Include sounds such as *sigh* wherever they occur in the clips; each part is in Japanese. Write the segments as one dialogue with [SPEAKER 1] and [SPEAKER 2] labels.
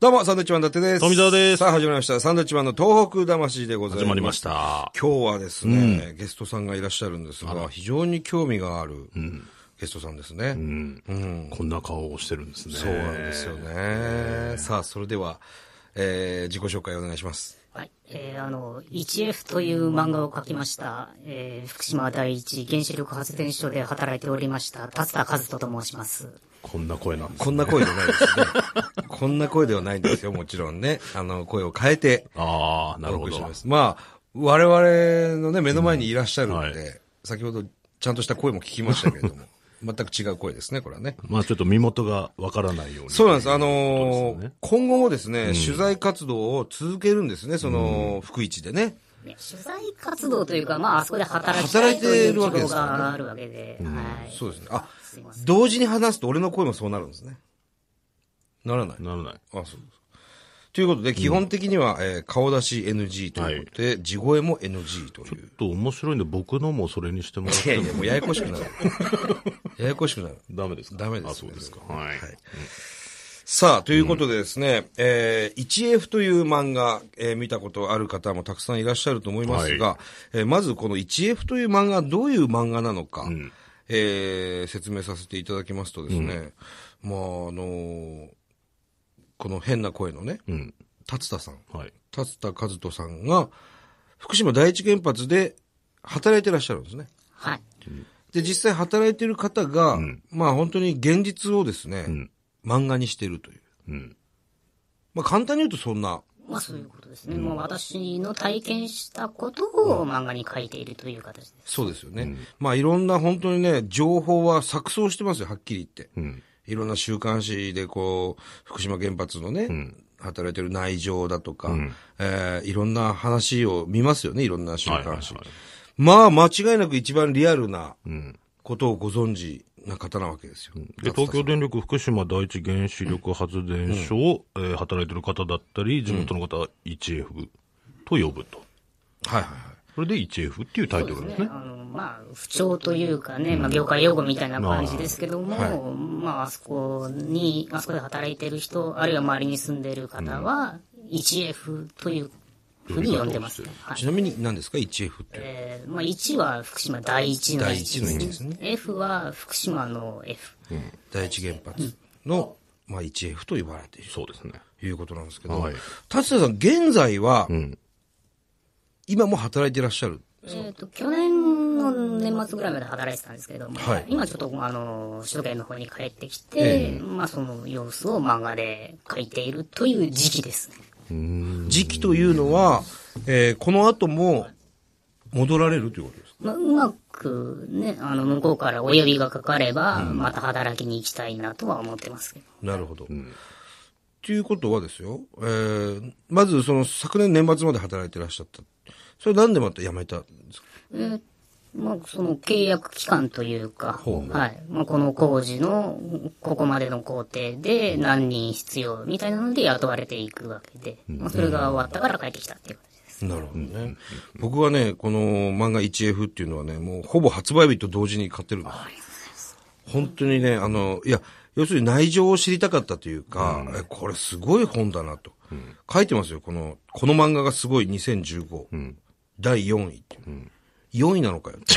[SPEAKER 1] どうも、サンドイッチマン伊達です。
[SPEAKER 2] 富澤です
[SPEAKER 1] さあ、始まりました。サンドイッチマンの東北魂でございます。
[SPEAKER 2] 始まりまし。た。
[SPEAKER 1] 今日はですね、ゲストさんがいらっしゃるんですが、非常に興味があるゲストさんですね。
[SPEAKER 2] こんな顔をしてるんですね。
[SPEAKER 1] そうなんですよね。さあ、それでは、えー、自己紹介お願いします。
[SPEAKER 3] はい。えーあの、1F という漫画を描きました、えー福島第一原子力発電所で働いておりました、達田和人と申します。
[SPEAKER 2] こんな声なんです。
[SPEAKER 1] こんな声じゃないです
[SPEAKER 2] *laughs*
[SPEAKER 1] ね。こんな声ではないんですよ、もちろんね。あの、声を変えて
[SPEAKER 2] ああ、な
[SPEAKER 1] お
[SPEAKER 2] る
[SPEAKER 1] 送
[SPEAKER 2] ほ
[SPEAKER 1] りし
[SPEAKER 2] ど
[SPEAKER 1] ま。す。まあ、我々のね、目の前にいらっしゃるんで、
[SPEAKER 2] うんはい
[SPEAKER 1] 先ほどちゃんとした声も聞きましたけ
[SPEAKER 2] *laughs*
[SPEAKER 1] れども、全く違う声ですね、これはね。
[SPEAKER 2] まあちょっと身元がわからないように。
[SPEAKER 1] そうなんです。あ
[SPEAKER 2] そ
[SPEAKER 1] の
[SPEAKER 2] うです
[SPEAKER 1] ー
[SPEAKER 2] よね
[SPEAKER 1] 今後もですね、取材活動を続けるんですね、その、福市でね。
[SPEAKER 3] ね取材活動というか、まあ、あそこで働きた
[SPEAKER 1] 働い
[SPEAKER 3] い
[SPEAKER 1] て
[SPEAKER 3] とい
[SPEAKER 1] る
[SPEAKER 3] う
[SPEAKER 1] わ
[SPEAKER 3] 希
[SPEAKER 1] けで
[SPEAKER 3] 望
[SPEAKER 1] すからね
[SPEAKER 3] があるわけで、はい。
[SPEAKER 1] そうですね。あ、
[SPEAKER 3] すいません。
[SPEAKER 1] 同時に話すと俺の声もそうなるんですね。ならない。
[SPEAKER 2] ならない。
[SPEAKER 1] あ、そうです。ということで、基本的には、えー顔出し NG ということで、地声も NG という。
[SPEAKER 2] ちょっと面白いんで僕のもそれにしてもらっ
[SPEAKER 1] いや
[SPEAKER 2] て
[SPEAKER 1] いや、
[SPEAKER 2] も
[SPEAKER 1] もうややこし
[SPEAKER 2] *laughs*
[SPEAKER 1] くなる。ややこしくなる。
[SPEAKER 2] ダメですか
[SPEAKER 1] ダメです
[SPEAKER 2] あ、そうですか。はい。
[SPEAKER 1] さあ、ということでですね、えー 1F という漫画、えー見たことある方もたくさんいらっしゃると思いますが、えーまずこの 1F という漫画はどういう漫画なのか、えー説明させていただきますとですね、まあ、あのーこの変な声のね、
[SPEAKER 2] うん。
[SPEAKER 1] 達田さん、
[SPEAKER 2] はい。
[SPEAKER 1] 達田和人さんが、福島第一原発で働いてらっしゃるんですね。
[SPEAKER 3] はい。
[SPEAKER 1] で、実際働いてる方が、まあ本当に現実をですね、
[SPEAKER 2] ん
[SPEAKER 1] 漫画にしてるという。
[SPEAKER 2] うん。
[SPEAKER 1] まあ簡単に言うとそんな。
[SPEAKER 3] まあ、そういうことですね。もう私の体験したことを漫画に書いているという形です。
[SPEAKER 1] そうですよね。まあいろんな本当にね、情報は錯綜してますよ、はっきり言って。
[SPEAKER 2] うん。
[SPEAKER 1] いろんな週刊誌でこう、福島原発のね、働いてる内情だとか、えーいろんな話を見ますよね、いろんな週刊誌。
[SPEAKER 2] はいはいはい
[SPEAKER 1] まあ間違いなく一番リアルな
[SPEAKER 2] うん。
[SPEAKER 1] ことをご存知な方なわけですよ。
[SPEAKER 2] で、東京電力福島第一原子力発電所を、えー働いてる方だったり、地元の方は 1F と呼ぶと。
[SPEAKER 1] はいはいはい。
[SPEAKER 2] それで 1F っていうタイトルなんですね。
[SPEAKER 3] あの、まあ、不調というかね、まあ、業界用語みたいな感じですけども、まあ、あそこに、あそこで働いてる人、あるいは周りに住んでる方は、1F というふうに呼んでますね。はい
[SPEAKER 1] ちなみに何ですか ?1F って。
[SPEAKER 3] えーまあ、1は福島第一の
[SPEAKER 1] 第一の
[SPEAKER 3] 1
[SPEAKER 1] 1
[SPEAKER 3] で
[SPEAKER 1] です
[SPEAKER 3] す
[SPEAKER 1] ね
[SPEAKER 3] ね。F は福島の F。
[SPEAKER 1] 第一原発の、まあ、1F と呼ばれている
[SPEAKER 2] そうですね。
[SPEAKER 1] ということなんですけど、
[SPEAKER 2] はい
[SPEAKER 1] 達田さん、現在は、
[SPEAKER 2] ん
[SPEAKER 1] 今も働いていらっしゃる。
[SPEAKER 3] えっ、と、去年の年末ぐらいまで働いてたんですけども、
[SPEAKER 1] はい
[SPEAKER 3] 今ちょっと、あの、首都圏の方に帰ってきて、まあ、その様子を漫画で描いているという時期ですね。
[SPEAKER 1] 時期というのは、えーこの後も戻られるということですか
[SPEAKER 3] まあ、うまくね、あの、向こうからお呼びがかかれば、また働きに行きたいなとは思ってますけど。
[SPEAKER 1] なるほど。と、いうことはですよ、えーまずその昨年年末まで働いていらっしゃった。それなんでまた辞めたんですか
[SPEAKER 3] えまあ、その契約期間というか、はい。まあ、この工事の、ここまでの工程で何人必要みたいなので雇われていくわけで、まあ、それが終わったから帰ってきたっていう感じです。
[SPEAKER 1] なるほどね。僕はね、この漫画 1F っていうのはね、もうほぼ発売日と同時に買ってるんです。本当にね、あの、いや、要するに内情を知りたかったというか、えこれすごい本だなと。書いてますよ、この、この漫画がすごい2015。第4位っていう。4位なのかよって。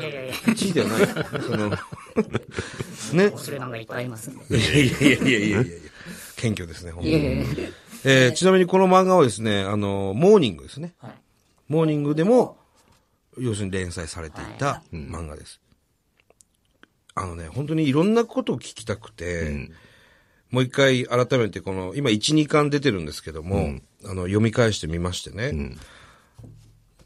[SPEAKER 3] いやいやいや、
[SPEAKER 1] 1位ではない。その、ね。
[SPEAKER 3] 面白い漫画いっぱいありますんで。
[SPEAKER 1] いやい *laughs* やいやいやいやいや謙虚ですね、本当
[SPEAKER 3] いやい
[SPEAKER 1] に。
[SPEAKER 3] やいや、
[SPEAKER 1] えーちなみにこの漫画はですね、あの、モーニングですね。
[SPEAKER 3] はい。
[SPEAKER 1] モーニングでも、要するに連載されていた漫画です。あのね、本当にいろんなことを聞きたくて、もう一回改めてこの、今1、2巻出てるんですけども、あの、読み返してみましてね、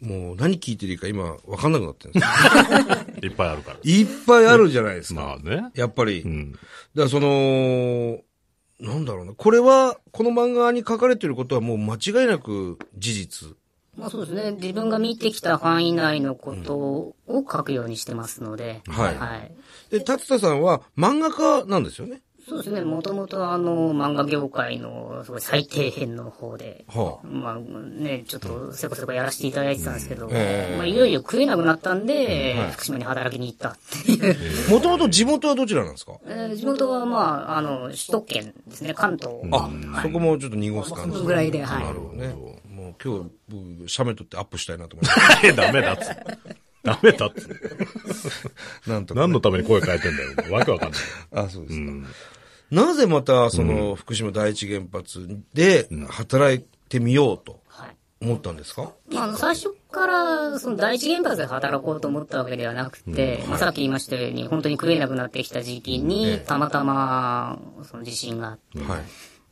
[SPEAKER 1] もう何聞いてるか今わかんなくなってるんですよ
[SPEAKER 2] いっぱいあるから。
[SPEAKER 1] いっぱいあるじゃないですか。
[SPEAKER 2] まあね。
[SPEAKER 1] やっぱり。
[SPEAKER 2] うん。
[SPEAKER 1] だからその、なんだろうな。これは、この漫画に書かれてることはもう間違いなく事実。
[SPEAKER 3] まあそうですね。自分が見てきた範囲内のことを書くようにしてますので。
[SPEAKER 1] はい
[SPEAKER 3] はい。
[SPEAKER 1] で、達田さんは漫画家なんですよね。
[SPEAKER 3] そうですね、もともとあの、漫画業界のすごい最底辺の方で、
[SPEAKER 1] はあ
[SPEAKER 3] まあね、ちょっとせこせこやらせていただいてたんですけど、
[SPEAKER 1] ええ
[SPEAKER 3] まあいよいよ食えなくなったんで、福島に働きに行ったっ
[SPEAKER 1] *laughs*
[SPEAKER 3] ていう。
[SPEAKER 1] もともと地元はどちらなんですか
[SPEAKER 3] えー地元はまあ、あの、首都圏ですね、関東。
[SPEAKER 1] あ、そこもちょっと濁す感じ
[SPEAKER 3] そのぐらいではい
[SPEAKER 1] なるほどね。もう今日、僕、写メ撮ってアップしたいなと思いま
[SPEAKER 2] ダメだっつう。ダメだっつう。
[SPEAKER 1] *laughs* す。なんとか。
[SPEAKER 2] 何のために声変えてんだよ。わけわかんない。
[SPEAKER 1] あ、そうですか。なぜまた、その、福島第一原発で働いてみようと
[SPEAKER 3] はい
[SPEAKER 1] 思ったんですか
[SPEAKER 3] まああの、最初から、その第一原発で働こうと思ったわけではなくて、まあさっき言いましたように、本当に食えなくなってきた時期に、たまたま、その地震があって、
[SPEAKER 1] はい。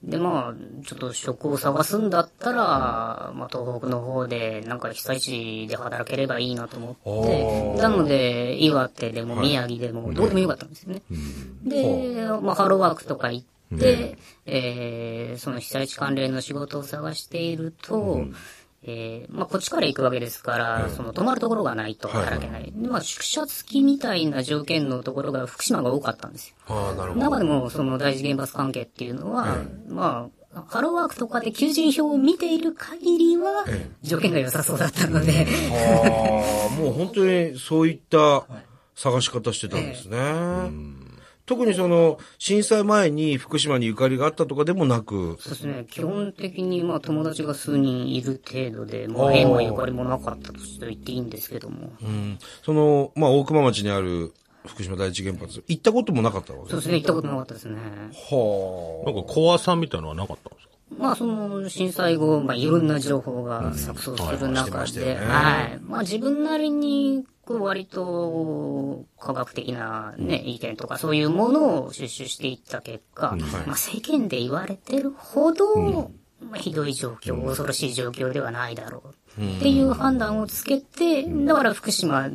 [SPEAKER 3] で、まあ、ちょっと職を探すんだったら、まあ、東北の方で、なんか被災地で働ければいいなと思って、なので、岩手でも宮城でも、どこでもよかったんですよね。で、まあ、ハローワークとか行って、えーその被災地関連の仕事を探していると、えーまあ、こっちから行くわけですから、その泊まるところがないと働けない。でまあ、宿舎付きみたいな条件のところが福島が多かったんですよ。
[SPEAKER 1] ああ、なるほど。
[SPEAKER 3] 中でも、その大事原発関係っていうのは、まあ、ハローワークとかで求人票を見ている限りは、条件が良さそうだったので、
[SPEAKER 1] ああ、もう本当にそういった探し方してたんですね。特にその、震災前に福島にゆかりがあったとかでもなく、
[SPEAKER 3] そうですね、基本的にまあ友達が数人いる程度で、まあ縁もゆかりもなかったとして言っていいんですけども、
[SPEAKER 1] うんその、まあ、大熊町にある福島第一原発、行ったこともなかったわけ
[SPEAKER 3] そう
[SPEAKER 1] で。
[SPEAKER 3] ですすね、行ったことなかったですね。
[SPEAKER 1] は
[SPEAKER 2] なんか怖さみたいのはなかったんですか
[SPEAKER 3] まあその震災後、まあいろんな情報が錯綜する
[SPEAKER 1] はいはい
[SPEAKER 3] 中
[SPEAKER 1] してましたよ
[SPEAKER 3] で、
[SPEAKER 1] ね
[SPEAKER 3] はい。まあ自分なりに、こう割と科学的なね、意見とかそういうものを収集していった結果、まあ世間で言われてるほど、まあひどい状況、恐ろしい状況ではないだろう。っていう判断をつけて、だから福島っ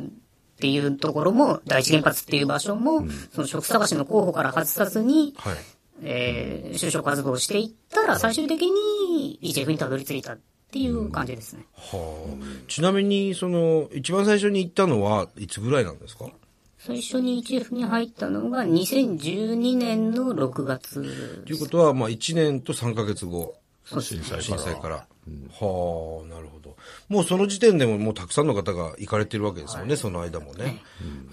[SPEAKER 3] ていうところも、第一原発っていう場所も、その職探しの候補から外さずに、
[SPEAKER 1] い。はい。
[SPEAKER 3] えー、就職活動をしていったら、最終的に EJF にたどり着いたっていう感じですね。
[SPEAKER 1] はあ。ちなみに、その、一番最初に行ったのは、いつぐらいなんですか
[SPEAKER 3] 最初に EJF に入ったのが2012年の6月
[SPEAKER 1] と。いうことは、まあ、1年と3ヶ月後、
[SPEAKER 2] 震災か
[SPEAKER 1] 震
[SPEAKER 2] ら。
[SPEAKER 1] 災から。はあ、なるほど。もうその時点でも、もうたくさんの方が行かれてるわけですもんね、その間もね。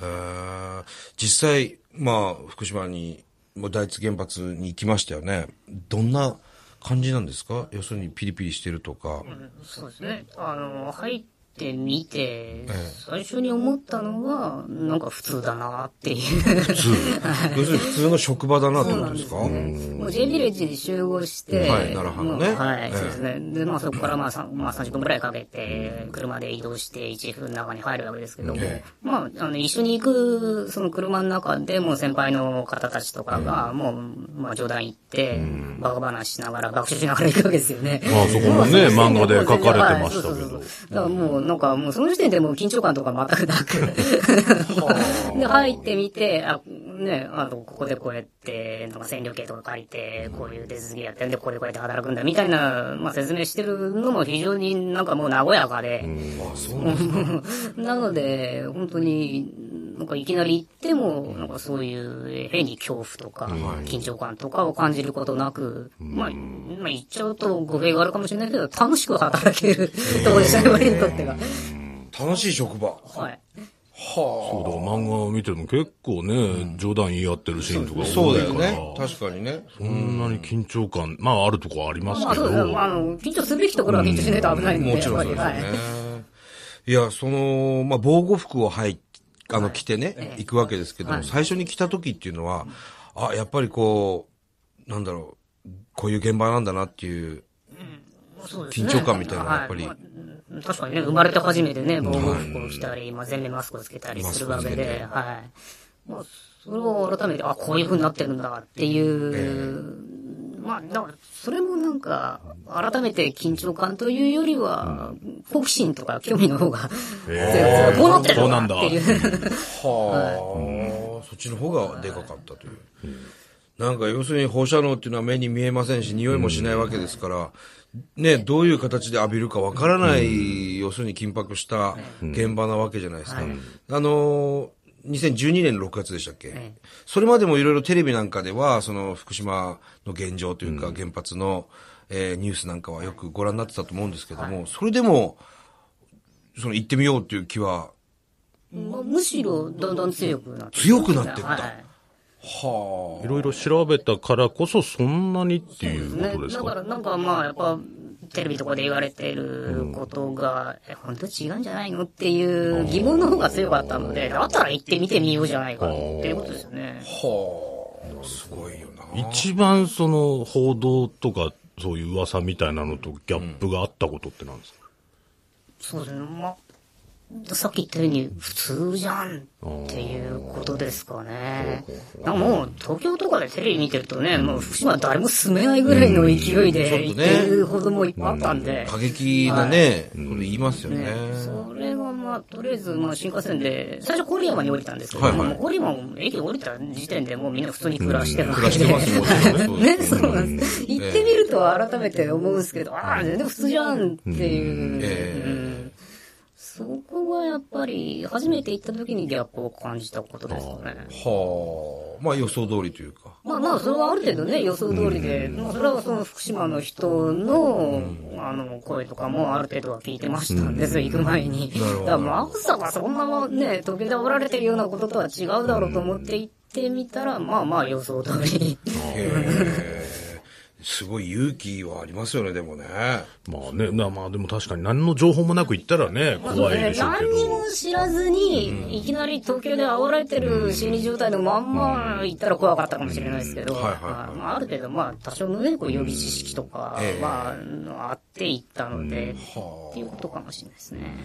[SPEAKER 1] へえ実際、まあ、福島に、もう第一原発に行きましたよね。どんな感じなんですか要するにピリピリしてるとか。
[SPEAKER 3] そうですね。あの、入ってみて、最初に思ったのは、なんか普通だなっていう。
[SPEAKER 1] 普通。要するに普通の職場だなってことですか
[SPEAKER 3] もう J ヴィレッジに集合して、
[SPEAKER 1] はいなるほどね
[SPEAKER 3] もうはい、そうですね。で、まあそこからまあ、さんまあ、30分くらいかけて、車で移動して1分の中に入るわけですけども、
[SPEAKER 1] え
[SPEAKER 3] まあ、あの、一緒に行く、その車の中でもう先輩の方たちとかが、もう、まあ冗談言って、バカ話しながら、爆笑しながら行くわけですよね。
[SPEAKER 2] まあそこもね、漫画で書かれてましたけ
[SPEAKER 3] はいそうそう
[SPEAKER 2] ど。
[SPEAKER 3] そうだからもう、なんかもうその時点でもう緊張感とか全くな *laughs* く。で、入ってみて、あ、ね、あの、ここでこうやって、なんか線量計とか借りて、こういう手続きやってんで、ここでこうやって働くんだ、みたいな、まあ説明してるのも非常になんかもう和やかで。 *laughs* なので、本当に、なんかいきなり行っても、なんかそういう変に恐怖とか、緊張感とかを感じることなく、まあ、まあ言っちゃうと語弊があるかもしれないけど、楽しく働けるところでしたね、俺にとっては。
[SPEAKER 1] 楽しい職場。
[SPEAKER 3] はい。
[SPEAKER 2] そうだ、漫画を見ても結構ね、冗談言い合ってるシーンとか
[SPEAKER 1] そ
[SPEAKER 2] 多
[SPEAKER 1] う
[SPEAKER 2] い
[SPEAKER 1] だ
[SPEAKER 2] か
[SPEAKER 1] よ
[SPEAKER 2] ら。
[SPEAKER 1] ね。確かにね。
[SPEAKER 2] そんなに緊張感、まああるとこはあります
[SPEAKER 3] まあ
[SPEAKER 2] け
[SPEAKER 3] そうですね。まああ
[SPEAKER 2] ど。
[SPEAKER 3] の、緊張すべきところは緊張しないと危ないんで、
[SPEAKER 1] もちろんそうですよ
[SPEAKER 3] やっぱりはい。
[SPEAKER 1] ね。いや、その、まあ、防護服をはい、あの、着てね、行くわけですけども、最初に来た時っていうのは、あ、やっぱりこう、なんだろう、こういう現場なんだなっていう、
[SPEAKER 3] そうです
[SPEAKER 1] 緊
[SPEAKER 3] ね
[SPEAKER 1] 張感みたいなのがやっぱり
[SPEAKER 3] はまあ確かにね、生まれて初めてね、防護服を着たり、まあ、全面マスクをつけたりするわけで、はい。まあ、それを改めて、あ、こういう風になってるんだっていう、まあ、だから、それもなんか、改めて緊張感というよりは、好奇心とか興味の方が、
[SPEAKER 2] えー
[SPEAKER 3] こうなってる
[SPEAKER 2] こうんなん
[SPEAKER 3] だ
[SPEAKER 2] だ
[SPEAKER 3] っていう。
[SPEAKER 1] はあ、そっちの方がでかかったという。なんか要するに放射能っていうのは目に見えませんし、匂いもしないわけですから、ね、どういう形で浴びるかわからない、要するに緊迫した現場なわけじゃないですか。あのー2012年の6月でしたっけ、
[SPEAKER 3] ええ
[SPEAKER 1] それまでもいろいろテレビなんかでは、その福島の現状というか、原発の、えーニュースなんかはよくご覧になってたと思うんですけども、それでも、その行ってみようという気は、
[SPEAKER 3] まあむしろどんどん強くなって
[SPEAKER 1] 強くなってった
[SPEAKER 3] はい
[SPEAKER 1] はい
[SPEAKER 2] ろいろ調べたからこそそんなにって
[SPEAKER 3] そう
[SPEAKER 2] いうことです
[SPEAKER 3] だ
[SPEAKER 2] か
[SPEAKER 3] からなんかまあやっぱテレビとかで言われてることが、え本当違うんじゃないのっていう疑問の方が強かったので、だったら行ってみてみようじゃないかっていうことですよね。
[SPEAKER 1] あ。はあ。すごいよな。
[SPEAKER 2] 一番その報道とかそういう噂みたいなのとギャップがあったことってなんですか、
[SPEAKER 3] そうですね。まあ、さっき言ったように普通じゃんっていうことですかね。なんかもう東京とかでテレビ見てるとね、もう福島誰も住めないぐらいの勢いで
[SPEAKER 1] うん
[SPEAKER 3] 行ってるほどもいっぱいあったんで。
[SPEAKER 1] 過激なね、これ言いますよね。
[SPEAKER 3] ね、それがまあ、とりあえず、まあ、新幹線で、最初、郡山に降りたんですけど、
[SPEAKER 1] はいはい
[SPEAKER 3] もう郡山も駅降りた時点でもうみんな普通に暮らしてるわ
[SPEAKER 1] 暮らし
[SPEAKER 3] けで。
[SPEAKER 1] てますもちろんね
[SPEAKER 3] ね、 *laughs* そうなんです。行ってみると改めて思うんですけど、ああ、全然普通じゃんっていう。
[SPEAKER 1] ええ
[SPEAKER 3] うんそこがやっぱり、初めて行った時にギャップを感じたことですかね。
[SPEAKER 1] はあ。まあ予想通りというか。
[SPEAKER 3] まあまあ、それはある程度ね、予想通りで、まあそれはその福島の人の、あの、声とかもある程度は聞いてましたんですよ、行く前に。
[SPEAKER 1] なるほど
[SPEAKER 3] だからまさかそんなね、東京でおられてるようなこととは違うだろうと思って行ってみたら、まあまあ予想通り。
[SPEAKER 1] へえ。すごい勇気はありますよね、でもね。
[SPEAKER 2] まあね、なまあでも確かに何の情報もなく行ったらね、怖いでしょうけ
[SPEAKER 3] 何にも
[SPEAKER 2] ど。
[SPEAKER 3] 知らずに、いきなり東京で煽られてる心理状態のまんま行ったら怖かったかもしれないですけど、
[SPEAKER 1] うんはいはいはい
[SPEAKER 3] まあある程度、まあ、多少のね、こう予備知識とか
[SPEAKER 1] ええ、
[SPEAKER 3] まあ、あって行ったので、
[SPEAKER 1] は
[SPEAKER 3] っ
[SPEAKER 1] あ
[SPEAKER 3] ていうことかもしれないですね。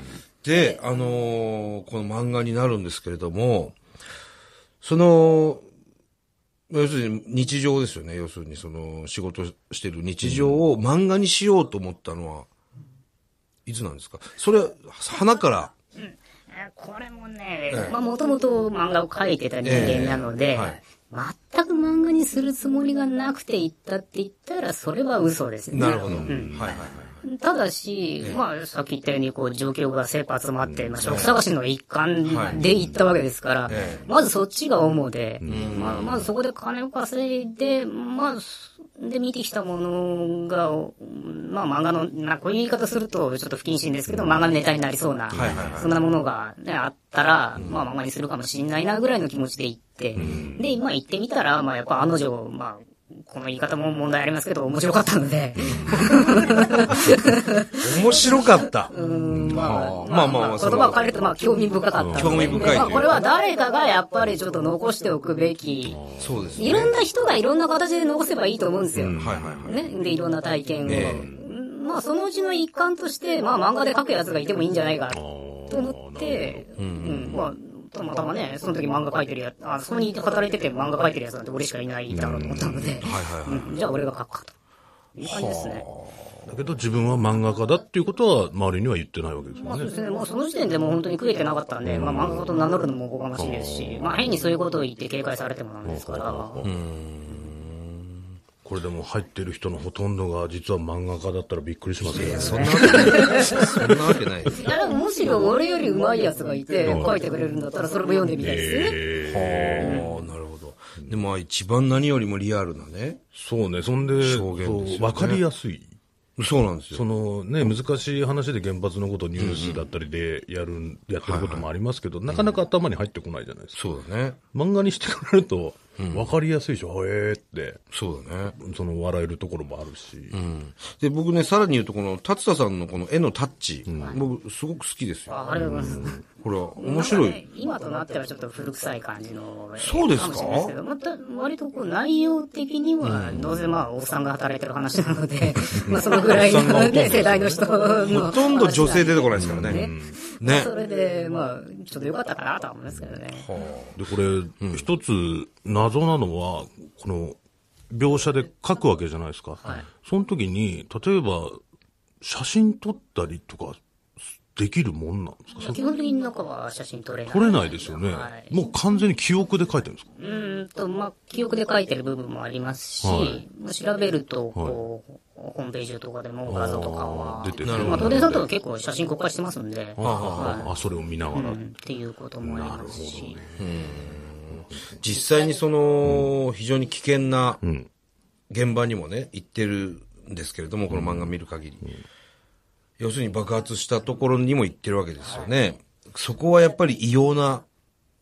[SPEAKER 1] で、あのーこの漫画になるんですけれども、その、要するに日常ですよね。要するにその仕事してる日常を漫画にしようと思ったのは、いつなんですかそれ、花から、
[SPEAKER 3] えーこれもね、まあもともと漫画を描いてた人間なの
[SPEAKER 1] え
[SPEAKER 3] で、
[SPEAKER 1] えはい
[SPEAKER 3] 全く漫画にするつもりがなくて行ったって言ったら、それは嘘ですね。
[SPEAKER 1] なるほど。
[SPEAKER 3] う
[SPEAKER 1] はい
[SPEAKER 3] ん
[SPEAKER 1] はいはい。
[SPEAKER 3] ただし、まあ、さっき言ったように、こう、状況が切羽詰まって、まあ、職探しの一環で行ったわけですから
[SPEAKER 1] え、
[SPEAKER 3] まずそっちが主で、まあ、まずそこで金を稼いで、まあ、で、見てきたものが、まあ、漫画の、まあ、こういう言い方すると、ちょっと不謹慎ですけど、漫画のネタになりそうな、
[SPEAKER 1] はいはいはい
[SPEAKER 3] そんなものが、ね、あったら、まあ、漫画にするかもしんないな、ぐらいの気持ちで行って、で、今行ってみたら、まあ、やっぱ、案の定、まあ、この言い方も問題ありますけど、面白かったので、
[SPEAKER 1] 面白かった。
[SPEAKER 3] ま
[SPEAKER 1] は
[SPEAKER 3] あ、
[SPEAKER 1] あまあま
[SPEAKER 3] まあ
[SPEAKER 1] あ
[SPEAKER 3] まあ、
[SPEAKER 1] そ
[SPEAKER 3] 言
[SPEAKER 1] の
[SPEAKER 3] 葉を借りると、まあ、興味深かった。
[SPEAKER 1] 興味深いという
[SPEAKER 3] まあ、これは誰かがやっぱりちょっと残しておくべき。
[SPEAKER 1] そうですね。
[SPEAKER 3] いろんな人がいろんな形で残せばいいと思うんですよ。
[SPEAKER 1] はいはいはい。
[SPEAKER 3] ね。で、いろんな体験を。
[SPEAKER 1] え
[SPEAKER 3] まあ、そのうちの一環として、まあ、漫画で書くやつがいてもいいんじゃないかなと
[SPEAKER 2] あ
[SPEAKER 3] 思って、うん、まあ、たまたまね、その時漫画書いてるやつ、あ、そこに働いてて漫画書いてるやつなんて俺しかいないだろうと思ったので、
[SPEAKER 1] はいはいはい。
[SPEAKER 3] うんじゃあ俺が書くかと。いう感じですね。
[SPEAKER 2] ーだけど自分は漫画家だっていうことは周りには言ってないわけです
[SPEAKER 3] ま
[SPEAKER 2] も
[SPEAKER 3] あ
[SPEAKER 2] ん
[SPEAKER 3] そうで
[SPEAKER 2] ね。
[SPEAKER 3] すね、もうその時点でもう本当に食えてなかったんで、まあ漫画家と名乗るのもおこがましいですし、まあ変にそういうことを言って警戒されてもなんですから、
[SPEAKER 2] これでも入ってる人のほとんどが実は漫画家だったらびっくりしますけどね。
[SPEAKER 1] そんなわけない。 *laughs* そんなわけない。
[SPEAKER 3] いやでもむしろ俺より上手いやつがいて、書いてくれるんだったらそれも読んでみたいですね。
[SPEAKER 2] えー
[SPEAKER 1] ああ、なるほど。で、まあ一番何よりもリアルなね。
[SPEAKER 2] そうね、そんで、
[SPEAKER 1] 証言ですよね
[SPEAKER 2] そうわかりやすい。
[SPEAKER 1] そうなんですよ。
[SPEAKER 2] そのね、難しい話で原発のことニュースだったりでやるん、やってることもありますけど、なかなか頭に入ってこないじゃないですか。
[SPEAKER 1] そうだね。
[SPEAKER 2] 漫画にしてくれると、わかりやすいでしょ、へえーって、
[SPEAKER 1] そうだね。
[SPEAKER 2] その笑えるところもあるし。
[SPEAKER 1] うん。で、僕ね、さらに言うと、この、達田さんのこの絵のタッチ、僕、すごく好きですよ。
[SPEAKER 3] あありがとうございます。
[SPEAKER 1] これは、面白
[SPEAKER 3] なんか
[SPEAKER 1] い。
[SPEAKER 3] ね今となってはちょっと古臭い感じの。
[SPEAKER 1] そうですか
[SPEAKER 3] もしれないですけど、また割とこう内容的には、どうせまあ、おっさんが働いてる話なので、まあそのぐらいのね世代の人の。
[SPEAKER 1] ほとんど女性出てこないですからね。うんね。
[SPEAKER 3] それで、まあ、ちょっと良かったかなとは思いますけどね。
[SPEAKER 2] で、これ、一つ謎なのは、この、描写で書くわけじゃないですか。その時に、例えば、写真撮ったりとか、できるもんなんですか
[SPEAKER 3] 基本的に中は写真撮れない。
[SPEAKER 2] 撮れないですよね。
[SPEAKER 3] はい
[SPEAKER 2] もう完全に記憶で書いてるんですか
[SPEAKER 3] うーんと、まあ、記憶で書いてる部分もありますし、
[SPEAKER 2] はい
[SPEAKER 3] まあ調べると、こう、ホームページとかでも画像とかは
[SPEAKER 2] 出て
[SPEAKER 1] なるほど
[SPEAKER 3] まあ、東電さんとか結構写真公開してますんで、
[SPEAKER 2] ああああ、それを見ながら。
[SPEAKER 3] うんっていうこともありますし、
[SPEAKER 1] 実際にその、非常に危険な現場にもね、行ってるんですけれども、この漫画見る限り。要するに爆発したところにも行ってるわけですよね。そこはやっぱり異様な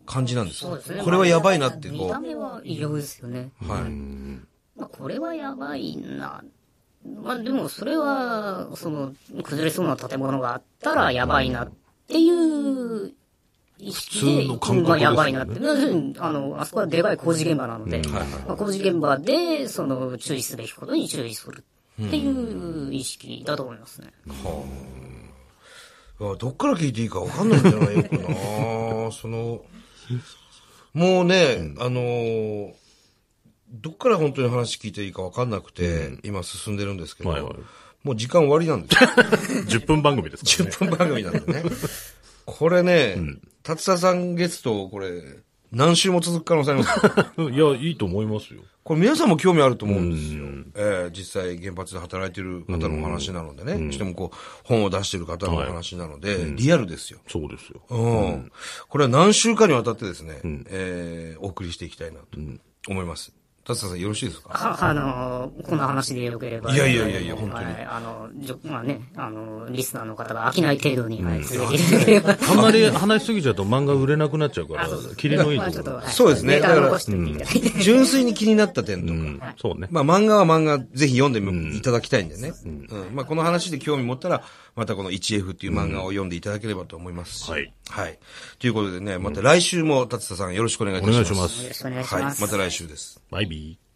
[SPEAKER 1] 感じなんです
[SPEAKER 3] そうですね。
[SPEAKER 1] これはやばいなって、
[SPEAKER 3] 見
[SPEAKER 1] こ
[SPEAKER 3] た目は異様ですよね。
[SPEAKER 1] う。はい。
[SPEAKER 3] まあ、これはやばいな。まあ、でもそれは、その、崩れそうな建物があったらやばいなっていう、普
[SPEAKER 2] 通の感覚ですよね
[SPEAKER 3] まあ、やばいなって。要するにあの、あそこはでかい工事現場なので、まあ、工事現場で、その、注意すべきことに注意するっていう意識だと思いますね。
[SPEAKER 1] いやどっから聞いていいかわかんないんじゃないかなその、もうね、あのーどっから本当に話聞いていいかわかんなくて、今進んでるんですけど、
[SPEAKER 2] はいはい
[SPEAKER 1] もう時間終わりなんですよ。
[SPEAKER 2] 10分番組ですからね。
[SPEAKER 1] 10分番組なんでね。 *laughs* これね、達田さん月とこれ、何週も続く可能性ありますよ。 *laughs*
[SPEAKER 2] いや、いいと思いますよ。
[SPEAKER 1] これ皆さんも興味あると思うんですよ。ええ実際原発で働いてる方のお話なのでね、しかもこう、本を出してる方のお話なので、リアルですよ。
[SPEAKER 2] そうですよ。
[SPEAKER 1] うん。これは何週間にわたってですね、えーお送りしていきたいなと思います。達田さんよろしいですか *laughs*
[SPEAKER 3] ああのー、この話でよければ。
[SPEAKER 1] いやいやいやいや本当に
[SPEAKER 3] はい、あの、じょまあね、あの、リスナーの方が飽きない程度に、はい、続けていただければ。
[SPEAKER 2] あんまり話しすぎちゃうと漫画売れなくなっちゃうから
[SPEAKER 3] あそうそう、
[SPEAKER 2] キリのいい
[SPEAKER 3] *laughs* まあ
[SPEAKER 2] と
[SPEAKER 3] ちょ
[SPEAKER 2] こ
[SPEAKER 3] っ
[SPEAKER 2] とろ
[SPEAKER 3] はい
[SPEAKER 1] そうですね
[SPEAKER 3] データを残しておいていただいて。
[SPEAKER 1] 純粋に気になった点とか。
[SPEAKER 2] うんそうね。
[SPEAKER 1] まあ漫画は漫画ぜひ読んでみいただきたいんでね。うんまあこの話で興味持ったら、またこの 1F っていう漫画を読んでいただければと思いますし。
[SPEAKER 2] うんはい。
[SPEAKER 1] はい。ということでね、また来週も達田さんよろしくお願いいたし
[SPEAKER 2] お
[SPEAKER 1] ま
[SPEAKER 2] 願い
[SPEAKER 1] す。
[SPEAKER 2] します
[SPEAKER 3] よろしくお願いし
[SPEAKER 1] はい。
[SPEAKER 3] ま。
[SPEAKER 1] ますた来週です。
[SPEAKER 2] バイビー。